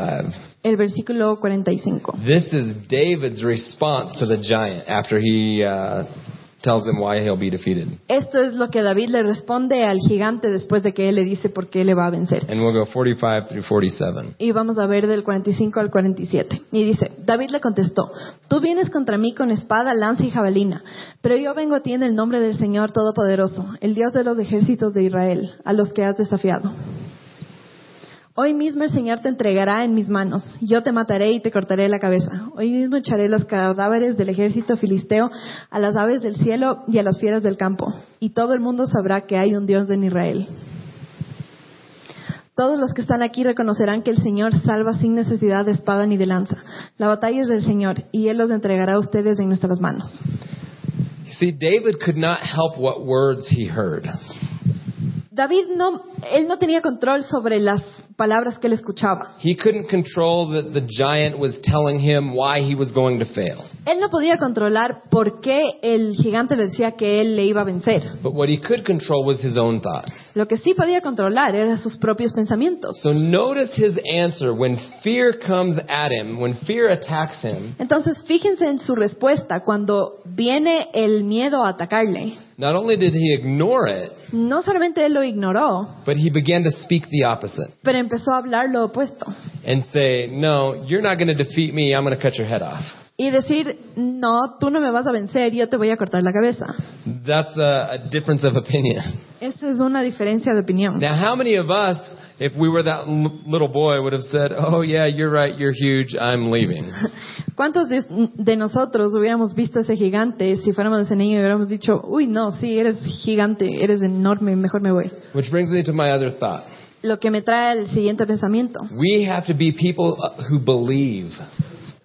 S2: el versículo 45.
S1: This is David's response to the giant after he uh, tells him why he'll be defeated,
S2: Esto es lo que David le responde al gigante después de que él le dice por qué le va a vencer.
S1: and we'll go 45 through 47.
S2: Y vamos a ver del 45 al 47. Y dice, David le contestó, tú vienes contra mí con espada, lanza y jabalina, pero yo vengo a ti en el nombre del Señor Todopoderoso, el Dios de los ejércitos de Israel, a los que has desafiado. Hoy mismo el Señor te entregará en mis manos. Yo te mataré y te cortaré la cabeza. Hoy mismo echaré los cadáveres del ejército filisteo a las aves del cielo y a las fieras del campo. Y todo el mundo sabrá que hay un Dios en Israel. Todos los que están aquí reconocerán que el Señor salva sin necesidad de espada ni de lanza. La batalla es del Señor y Él los entregará a ustedes en nuestras manos.
S1: See, David could not help what words he heard.
S2: David no, él no tenía control sobre las palabras que él escuchaba.
S1: He couldn't control that the giant was telling him why he was going to fail.
S2: Él no podía controlar por qué el gigante le decía que él le iba a vencer.
S1: But what he could control was his own thoughts.
S2: Lo que sí podía controlar eran sus propios pensamientos.
S1: So notice his answer when fear comes at him, when fear attacks him.
S2: Entonces, fíjense en su respuesta cuando viene el miedo a atacarle.
S1: Not only did he ignore it,
S2: No solamente él lo ignoró,
S1: but he began to speak the opposite
S2: pero empezó a hablar lo opuesto.
S1: and say, No, you're not going to defeat me. I'm going to cut your head off.
S2: Y decir, no, tú no me vas a vencer, yo te voy a cortar la cabeza.
S1: That's a, a difference of opinion.
S2: Esa es una diferencia de opinión.
S1: Now, how many of us, if we were that l- little boy, would have said, Oh, yeah, you're right. You're huge. I'm leaving?
S2: ¿Cuántos de, de nosotros hubiéramos visto ese gigante si fuéramos ese niño y hubiéramos dicho, uy, no, sí, eres gigante, eres enorme, mejor me voy?
S1: Which brings me to my other thought.
S2: Lo que me trae al siguiente pensamiento.
S1: We have to be people uh, who believe.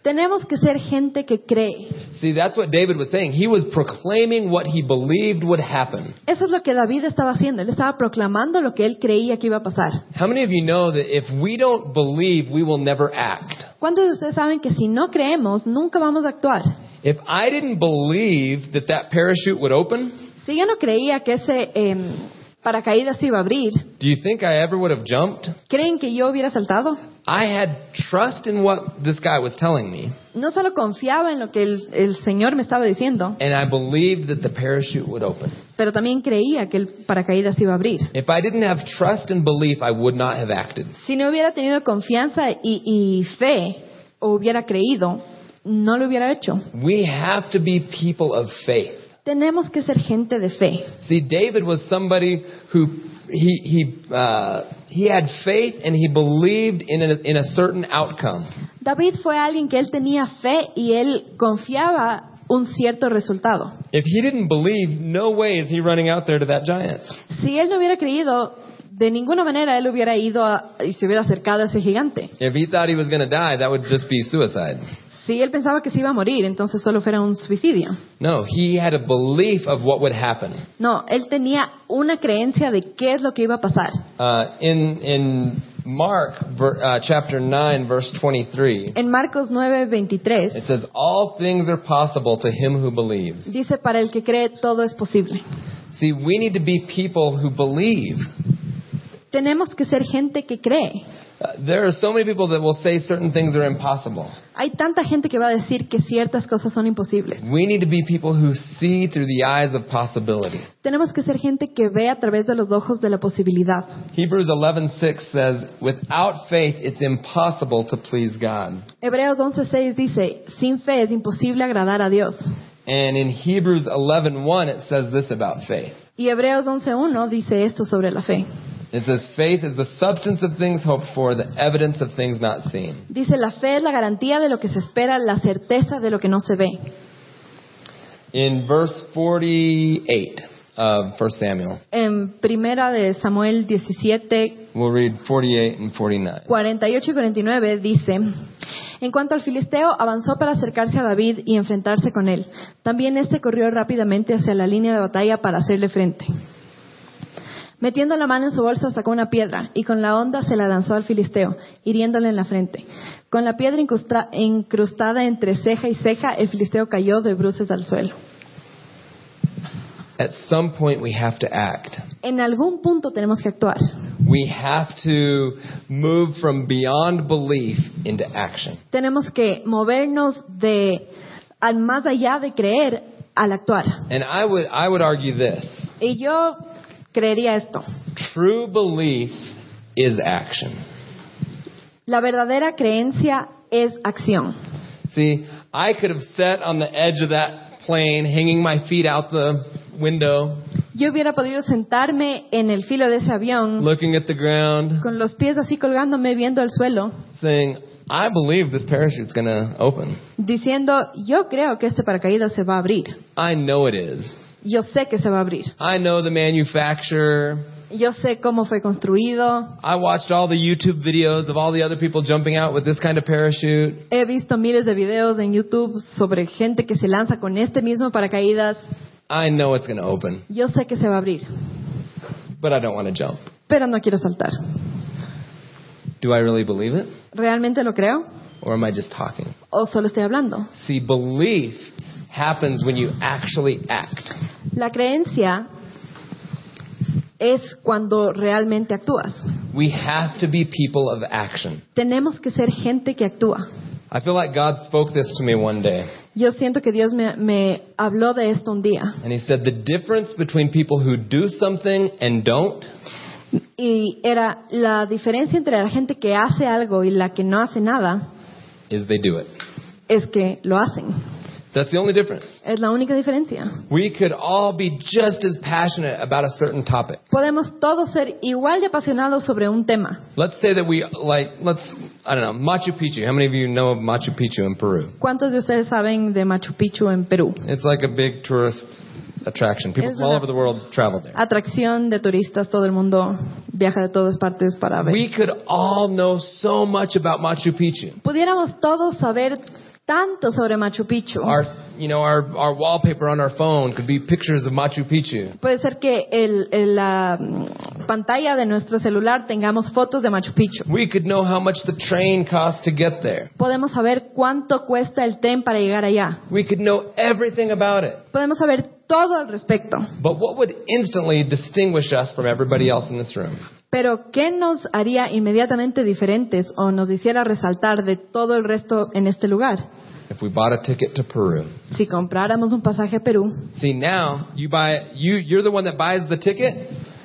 S2: Tenemos que ser gente que cree.
S1: See, that's what David was saying. He was proclaiming what he believed would happen.
S2: Eso es lo que David estaba haciendo. Él estaba proclamando lo que él creía que iba a pasar.
S1: How many of you know that if we don't believe, we will never act?
S2: ¿Cuántos de ustedes saben que si no creemos, nunca vamos a actuar?
S1: If I didn't believe that that parachute would open,
S2: Si yo no creía que ese em, paracaídas se iba a abrir,
S1: do you think I ever would have jumped?
S2: ¿creen que yo hubiera saltado?
S1: I had trust in what this guy was telling me,
S2: No solo confiaba en lo que el, el Señor me estaba diciendo,
S1: and I believed that the parachute would open.
S2: pero también creía que el paracaídas se iba a abrir.
S1: If I didn't have trust and belief, I would not have acted.
S2: Si no hubiera tenido confianza y, y fe, o hubiera creído, no lo hubiera hecho.
S1: We have to be people of faith.
S2: Tenemos que ser gente de fe.
S1: See, David was somebody who he he uh, he had faith and he believed in a, in a certain outcome.
S2: David fue alguien que él tenía fe y él confiaba un cierto resultado.
S1: If he didn't believe, no way is he running out there to that giant.
S2: Si él no hubiera creído, de ninguna manera él hubiera ido a- y se hubiera acercado a ese gigante.
S1: If he thought he was going to die, that would just be suicide.
S2: Si él pensaba que se iba a morir, entonces solo fuera un suicidio.
S1: No, he had a belief of what would happen.
S2: No, él tenía una creencia de qué es lo que iba a pasar.
S1: Uh, in in Mark ver, uh, chapter nine, verse twenty-three,
S2: En Marcos 9:23
S1: it says, "All things are possible to him who believes."
S2: dice, para el que cree todo es posible.
S1: See, we need to be people who believe.
S2: Tenemos que ser gente que cree.
S1: Uh, there are so many people that will say certain things are impossible.
S2: Hay tanta gente que va a decir que ciertas cosas son imposibles.
S1: We need to be people who see through the eyes of possibility.
S2: Tenemos que ser gente que ve a través de los ojos de la posibilidad.
S1: Hebrews 11:6 says, "Without faith it's impossible to please God."
S2: Hebreos 11:6 dice, sin fe es imposible agradar a Dios.
S1: And in Hebrews 11:1 it says this about faith.
S2: Y Hebreos 11.1 dice esto sobre la fe.
S1: It says, "Faith is the substance of things hoped for, the evidence of things not seen."
S2: Dice, la fe es la garantía de lo que se espera, la certeza de lo que no se ve.
S1: In verse 48 of 1 Samuel,
S2: En primera de Samuel 17,
S1: we'll read 48 and 49.
S2: 48 y 49 dice, en cuanto al filisteo, avanzó para acercarse a David y enfrentarse con él. También este corrió rápidamente hacia la línea de batalla para hacerle frente. Metiendo la mano en su bolsa sacó una piedra y con la onda se la lanzó al filisteo, hiriéndole en la frente. Con la piedra incrusta- incrustada entre ceja y ceja, el filisteo cayó de bruces al suelo.
S1: At some point we have to act.
S2: En algún punto tenemos que actuar.
S1: We have to move from beyond belief into action.
S2: Tenemos que movernos de al más allá de creer al actuar.
S1: And I would I would argue this.
S2: Y yo creería esto.
S1: True belief is action.
S2: La verdadera creencia es acción.
S1: See, I could have sat on the edge of that plane, hanging my feet out the window,
S2: Yo hubiera podido sentarme en el filo de ese avión
S1: looking at the ground,
S2: con los pies así colgándome viendo el suelo,
S1: saying, I believe this parachute's going to open.
S2: diciendo, yo creo que este paracaídas se va a abrir.
S1: I know it is.
S2: Yo sé que se va a abrir.
S1: I know the manufacturer.
S2: Yo sé cómo fue construido.
S1: I watched all the YouTube videos of all the other people jumping out with this kind of parachute.
S2: He visto miles de videos en YouTube sobre gente que se lanza con este mismo paracaídas.
S1: I know it's going to open,
S2: Yo sé que se va a abrir,
S1: but I don't want to jump.
S2: pero no quiero saltar.
S1: Do I really believe it?
S2: ¿Realmente lo creo?
S1: Or am I just talking?
S2: ¿O solo estoy hablando?
S1: See, belief happens when you actually act.
S2: La creencia es cuando realmente actúas.
S1: We have to be people of action.
S2: Tenemos que ser gente que actúa.
S1: I feel like God spoke this to me one day,
S2: Yo siento que Dios me, me habló de esto un día
S1: and He said the difference between people who do something and don't
S2: y era la diferencia entre la gente que hace algo y la que no hace nada
S1: is they do it.
S2: es que lo hacen.
S1: That's the only difference.
S2: Es la única diferencia.
S1: We could all be just as passionate about a certain topic.
S2: Podemos todos ser igual de apasionados sobre un tema.
S1: Let's say that we like let's I don't know Machu Picchu. How many of you know of Machu Picchu in Peru?
S2: ¿Cuántos de ustedes saben de Machu Picchu en Perú?
S1: It's like a big tourist attraction. People
S2: Es
S1: from all
S2: una-
S1: over the world travel there.
S2: Atracción de turistas, todo el mundo viaja de todas partes para ver.
S1: We could all know so much about Machu Picchu.
S2: pudiéramos todos saber tanto sobre Machu Picchu.
S1: Our, you know, our, our wallpaper on our phone could be pictures of Machu Picchu.
S2: Puede ser que el- el, la mm, pantalla de nuestro celular tengamos fotos de Machu Picchu.
S1: We could know how much the train costs to get there.
S2: Podemos saber cuánto cuesta el tren para llegar allá.
S1: We could know everything about it.
S2: Podemos saber todo al respecto.
S1: But what would instantly distinguish us from everybody else in this room?
S2: Pero, ¿qué nos haría inmediatamente diferentes o nos hiciera resaltar de todo el resto en este lugar?
S1: If we bought a ticket to Peru.
S2: Si compráramos un pasaje a Perú.
S1: See, now you buy you you're the one that buys the ticket.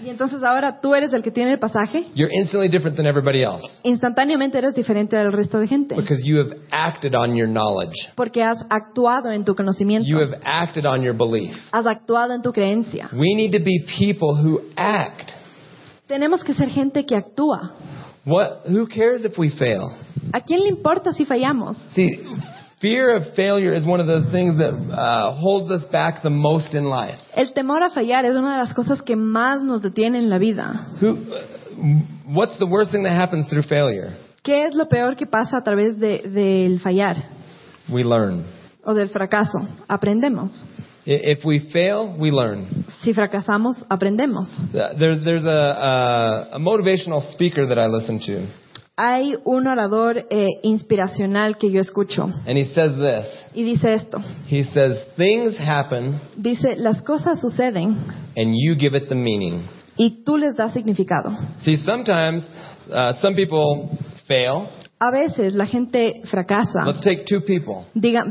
S2: Y entonces ahora tú eres el que tiene el pasaje.
S1: You're instantly different than everybody else
S2: Instantáneamente eres diferente del resto de gente.
S1: because you have acted on your knowledge.
S2: Porque has actuado en tu conocimiento.
S1: You have acted on your belief.
S2: Has actuado en tu creencia.
S1: We need to be people who act.
S2: Tenemos que ser gente que actúa.
S1: What who cares if we fail?
S2: ¿A quién le importa si fallamos?
S1: See, fear of failure is one of the things that uh, holds us back the most in life.
S2: El temor a fallar es una de las cosas que más nos detiene en la vida.
S1: Who, what's the worst thing that happens through failure?
S2: ¿Qué es lo peor que pasa a través de- del fallar
S1: We learn.
S2: o del fracaso? Aprendemos.
S1: I- If we fail, we learn.
S2: Si fracasamos, aprendemos.
S1: There, there's a, a, a motivational speaker that I listen to,
S2: Hay un orador eh, inspiracional que yo escucho
S1: and he says this.
S2: y dice esto.
S1: He says, Things happen,
S2: Dice, las cosas suceden
S1: and you give it the meaning.
S2: y tú les das significado.
S1: See, sometimes uh, some people fail.
S2: A veces la gente fracasa.
S1: Let's take two people.
S2: Diga,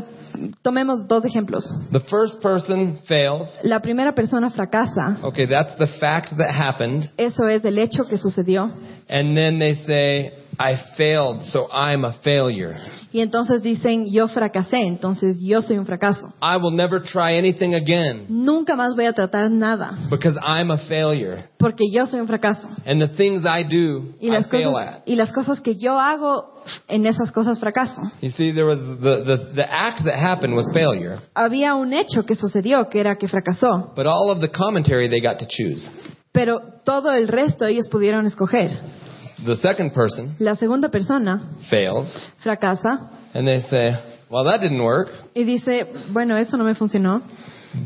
S2: tomemos dos ejemplos.
S1: The first person fails.
S2: La primera persona fracasa.
S1: Okay, that's the fact that happened.
S2: Eso es el hecho que sucedió.
S1: And then they say, I failed, so I'm a failure.
S2: Y entonces dicen, yo fracasé, entonces yo soy un fracaso.
S1: I will never try anything again
S2: Nunca más voy a tratar nada,
S1: because I'm a failure.
S2: porque yo soy un fracaso.
S1: And the things I do,
S2: Y
S1: I
S2: las,
S1: fail
S2: cosas,
S1: at.
S2: y las cosas que yo hago, en esas cosas fracaso.
S1: You see, there was the, the, the act that happened was failure,
S2: Había un hecho que sucedió, que era que fracasó,
S1: but all of the commentary they got to choose.
S2: pero todo el resto ellos pudieron escoger.
S1: The second person
S2: La segunda persona
S1: fails,
S2: fracasa
S1: and they say, Well, that didn't work,
S2: y dice, bueno, eso no me funcionó,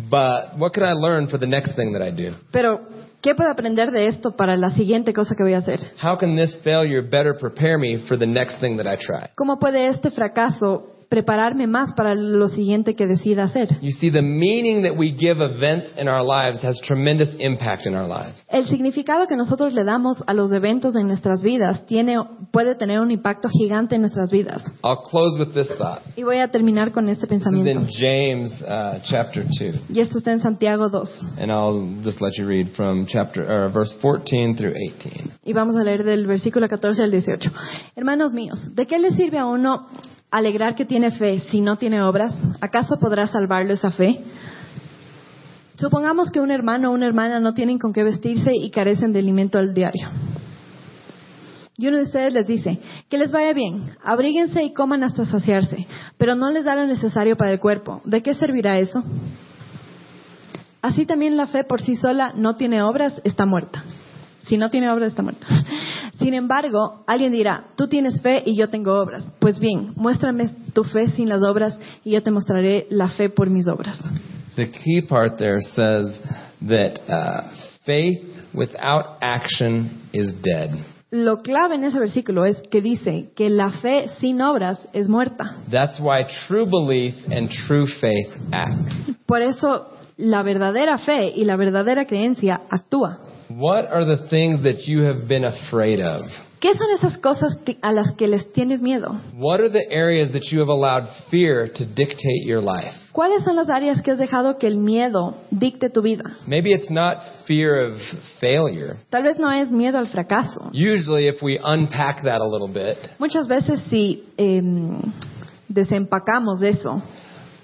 S1: but what could I learn for the next thing that I do?
S2: pero ¿qué puedo aprender de esto para la siguiente cosa que voy a hacer?
S1: How can this failure better prepare me for the next thing that I try?
S2: ¿Cómo puede este fracaso prepararme más para lo siguiente que decida hacer?
S1: You see, the meaning that we give events in our lives has tremendous impact in our lives.
S2: El significado que nosotros le damos a los eventos en nuestras vidas tiene, puede tener un impacto gigante en nuestras vidas.
S1: I'll close with this thought.
S2: Y voy a terminar con este
S1: This is
S2: pensamiento.
S1: in James uh, chapter 2.
S2: Y esto está en Santiago 2.
S1: And I'll just let you read from chapter or verse 14 through 18.
S2: Y vamos a leer del versículo 14 al 18. Hermanos míos, ¿de qué le sirve a uno alegrar que tiene fe si no tiene obras? ¿Acaso podrá salvarlo esa fe? Supongamos que un hermano o una hermana no tienen con qué vestirse y carecen de alimento al diario. Y uno de ustedes les dice, que les vaya bien, abríguense y coman hasta saciarse, pero no les da lo necesario para el cuerpo. ¿De qué servirá eso? Así también la fe por sí sola no tiene obras, está muerta. Si no tiene obras, está muerta. Sin embargo, alguien dirá, tú tienes fe y yo tengo obras. Pues bien, muéstrame tu fe sin las obras y yo te mostraré la fe por mis obras.
S1: The key part there says that uh, faith without action is dead.
S2: Lo clave en ese versículo es que dice que la fe sin obras es muerta.
S1: That's why true belief and true faith acts.
S2: Por eso la verdadera fe y la verdadera creencia actúa.
S1: What are the things that you have been afraid of?
S2: ¿Qué son esas cosas que- a las que les tienes miedo?
S1: What are the areas that you have allowed fear to dictate your life?
S2: ¿Cuáles son las áreas que has dejado que el miedo dicte tu vida?
S1: Maybe it's not fear of failure.
S2: Tal vez no es miedo al fracaso.
S1: Usually, if we unpack that a little bit,
S2: Muchas veces si eh, desempacamos eso,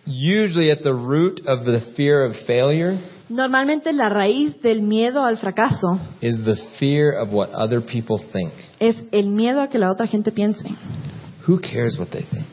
S1: usually at the root of the fear of failure
S2: normalmente la raíz del miedo al fracaso
S1: is the fear of what other people think.
S2: es el miedo a que la otra gente piense.
S1: Who cares what they think?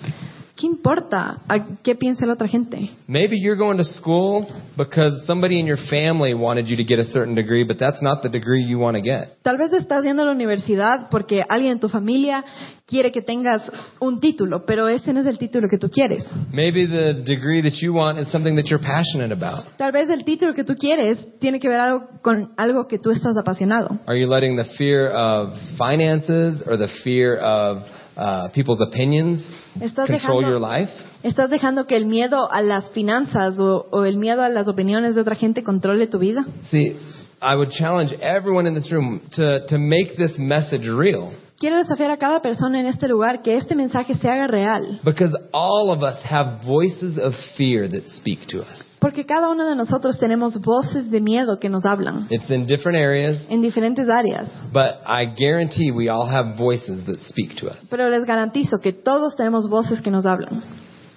S2: ¿Qué importa a qué piense la otra gente?
S1: Maybe you're going to school because somebody in your family wanted you to get a certain degree, but that's not the degree you want to get.
S2: Tal vez estás yendo a la universidad porque alguien en tu familia quiere que tengas un título, pero ese no es el título que tú quieres.
S1: Maybe the degree that you want is something that you're passionate about.
S2: Tal vez el título que tú quieres tiene que ver algo con algo que tú estás apasionado.
S1: Are you letting the fear of finances or the fear of uh, people's opinions
S2: Estás
S1: control
S2: dejando-
S1: your life?
S2: ¿Estás dejando que el miedo a las finanzas o, o el miedo a las opiniones de otra gente controle tu vida?
S1: See, I would challenge everyone in this room to, to make this message real
S2: Quiero desafiar a cada persona en este lugar que este mensaje se haga real,
S1: because all of us have voices of fear that speak to us.
S2: porque cada uno de nosotros tenemos voces de miedo que nos hablan
S1: It's in different areas,
S2: en diferentes áreas,
S1: but I guarantee we all have voices that speak to us.
S2: pero les garantizo que todos tenemos voces que nos hablan.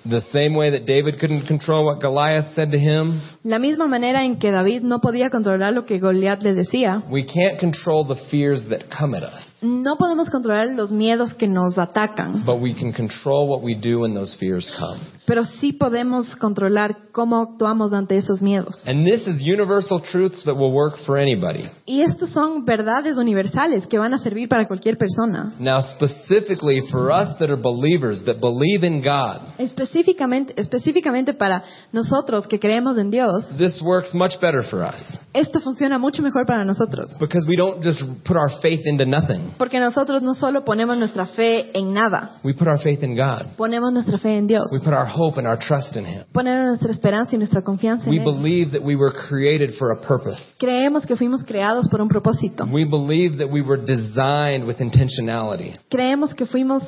S1: The same way that David couldn't control what Goliath said to him,
S2: La misma manera en que David no podía controlar lo que Goliat le decía,
S1: we can't control the fears that come at us.
S2: no podemos controlar los miedos que nos atacan,
S1: But we can control what we do when those fears come.
S2: pero sí podemos controlar cómo actuamos ante esos miedos.
S1: And this is universal truths that will work for anybody.
S2: Y estos son verdades universales que van a servir para cualquier persona.
S1: Now, specifically for us that are believers, that believe in God,
S2: específicamente, específicamente para nosotros que creemos en Dios,
S1: This works much better for us
S2: esto funciona mucho mejor para nosotros.
S1: because we don't just put our faith into nothing.
S2: Porque nosotros no solo ponemos nuestra fe en nada,
S1: We put our faith in God.
S2: ponemos nuestra fe en Dios.
S1: We put our hope and our trust in Him.
S2: Ponemos nuestra esperanza y nuestra confianza
S1: We
S2: en Él.
S1: believe that we were created for a purpose.
S2: Creemos que fuimos creados por un propósito.
S1: We believe that we were designed with intentionality.
S2: Creemos que fuimos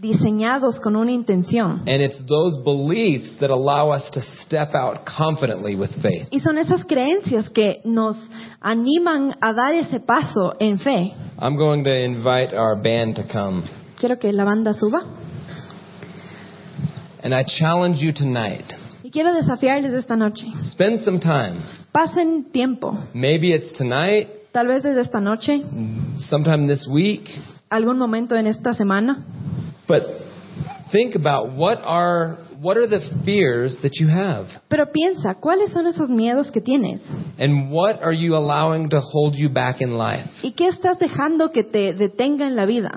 S2: diseñados con una intención.
S1: And it's those beliefs that allow us to step out confidently with faith.
S2: Y son esas creencias que nos animan a dar ese paso en fe.
S1: I'm going to invite our band to come.
S2: Quiero que la banda suba.
S1: And I challenge you tonight
S2: Y quiero desafiarles esta noche.
S1: spend some time.
S2: Pasen tiempo.
S1: Maybe it's tonight,
S2: Tal vez desde esta noche,
S1: sometime this week,
S2: algún momento en esta semana.
S1: but think about what are, what are the fears that you have?
S2: Pero piensa, ¿cuáles son esos miedos que tienes?
S1: And what are you allowing to hold you back in life?
S2: ¿Y qué estás dejando que te detenga en la vida?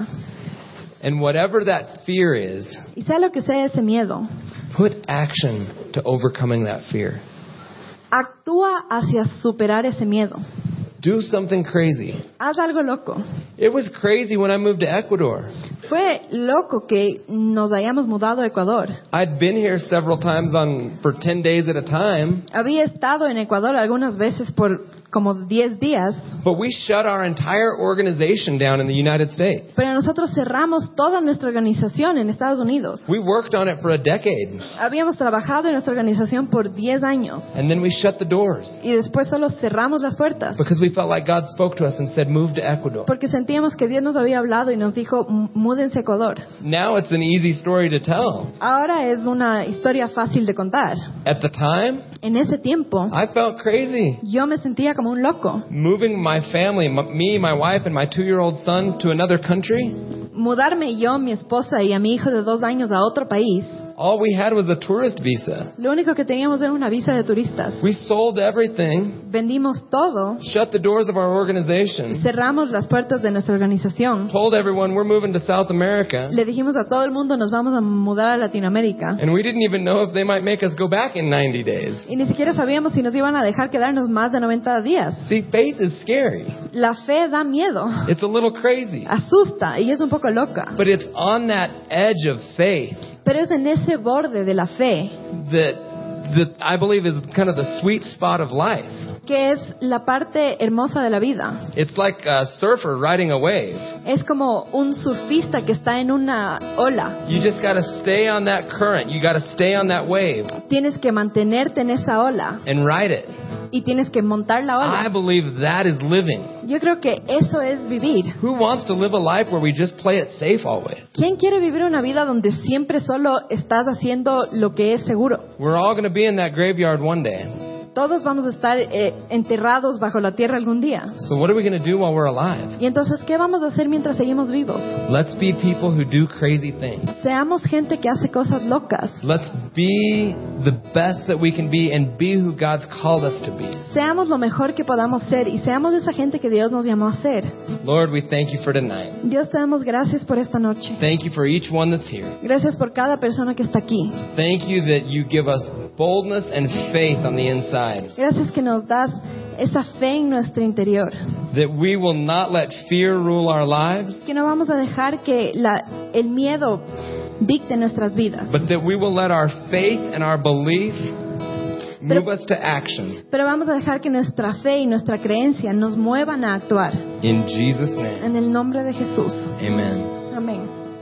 S1: And whatever that fear is,
S2: Y sea lo que sea ese miedo,
S1: put action to overcoming that fear.
S2: actúa hacia superar ese miedo.
S1: Do something crazy.
S2: Haz algo loco.
S1: It was crazy when I moved to Ecuador.
S2: Fue loco que nos hayamos mudado a Ecuador.
S1: I'd been here several times on for 10 days at a time,
S2: Había estado en Ecuador algunas veces por como 10 días,
S1: but we shut our entire organization down in the United States.
S2: pero nosotros cerramos toda nuestra organización en Estados Unidos.
S1: We worked on it for a decade,
S2: Habíamos trabajado en nuestra organización por 10 años
S1: and then we shut the doors
S2: y después solo cerramos las puertas
S1: because we felt like God spoke to us and said, "Move to Ecuador."
S2: porque sentíamos que Dios nos había hablado y nos dijo, "M- múdense a Ecuador.
S1: Now it's an easy story to tell.
S2: Ahora es una historia fácil de contar.
S1: At the time,
S2: En ese tiempo
S1: I felt crazy.
S2: yo me sentía como un loco.
S1: Moving my family, m- me, my wife, and my two-year-old son to another country,
S2: Mudarme yo, mi esposa y a mi hijo de dos años a otro país,
S1: all we had was a tourist visa.
S2: lo único que teníamos era una visa de turistas.
S1: We sold everything,
S2: Vendimos todo,
S1: shut the doors of our organization,
S2: cerramos las puertas de nuestra organización.
S1: told everyone we're moving to South America,
S2: Le dijimos a todo el mundo nos vamos a mudar a Latinoamérica.
S1: and we didn't even know if they might make us go back in 90 days.
S2: Y ni siquiera sabíamos si nos iban a dejar quedarnos más de 90 días.
S1: See, faith is scary.
S2: La fe da miedo,
S1: It's a little crazy.
S2: asusta y es un poco loca.
S1: But it's on that edge of faith
S2: Pero es en ese borde de la fe
S1: that, that I believe is kind of the sweet spot of life.
S2: que es la parte hermosa de la vida.
S1: It's like a surfer riding a wave.
S2: Es como un surfista que está en una ola.
S1: You just got to stay on that current. You got to stay on that wave
S2: Tienes que mantenerte en esa ola
S1: and ride it.
S2: y tienes que montar la
S1: I
S2: ola.
S1: believe that is living.
S2: Yo creo que eso es vivir.
S1: Who wants to live a life where we just play it safe always?
S2: ¿Quién quiere vivir una vida donde siempre solo estás haciendo lo que es seguro?
S1: We're all going to be in that graveyard one day.
S2: Todos vamos a estar eh, enterrados bajo la tierra algún día.
S1: So what are we going to do while we're alive?
S2: Y entonces, ¿qué vamos a hacer mientras seguimos vivos?
S1: Let's be people who do crazy things.
S2: Seamos gente que hace cosas locas.
S1: Let's be the best that we can be and be who God's called us to be.
S2: Seamos lo mejor que podamos ser y seamos esa gente que Dios nos llamó a ser.
S1: Lord, we thank you for tonight.
S2: Dios te damos gracias por esta noche.
S1: Thank you for each one that's here.
S2: Gracias por cada persona que está aquí.
S1: Thank you that you give us boldness and faith on the inside,
S2: Gracias que nos das esa fe en nuestro interior.
S1: that we will not let fear rule our lives,
S2: Que no vamos a dejar que la- el miedo dicte nuestras vidas,
S1: but that we will let our faith and our belief move us to action.
S2: pero vamos a dejar que nuestra fe y nuestra creencia nos muevan a actuar.
S1: In Jesus' name,
S2: En el nombre de Jesús.
S1: amen.
S2: Amén.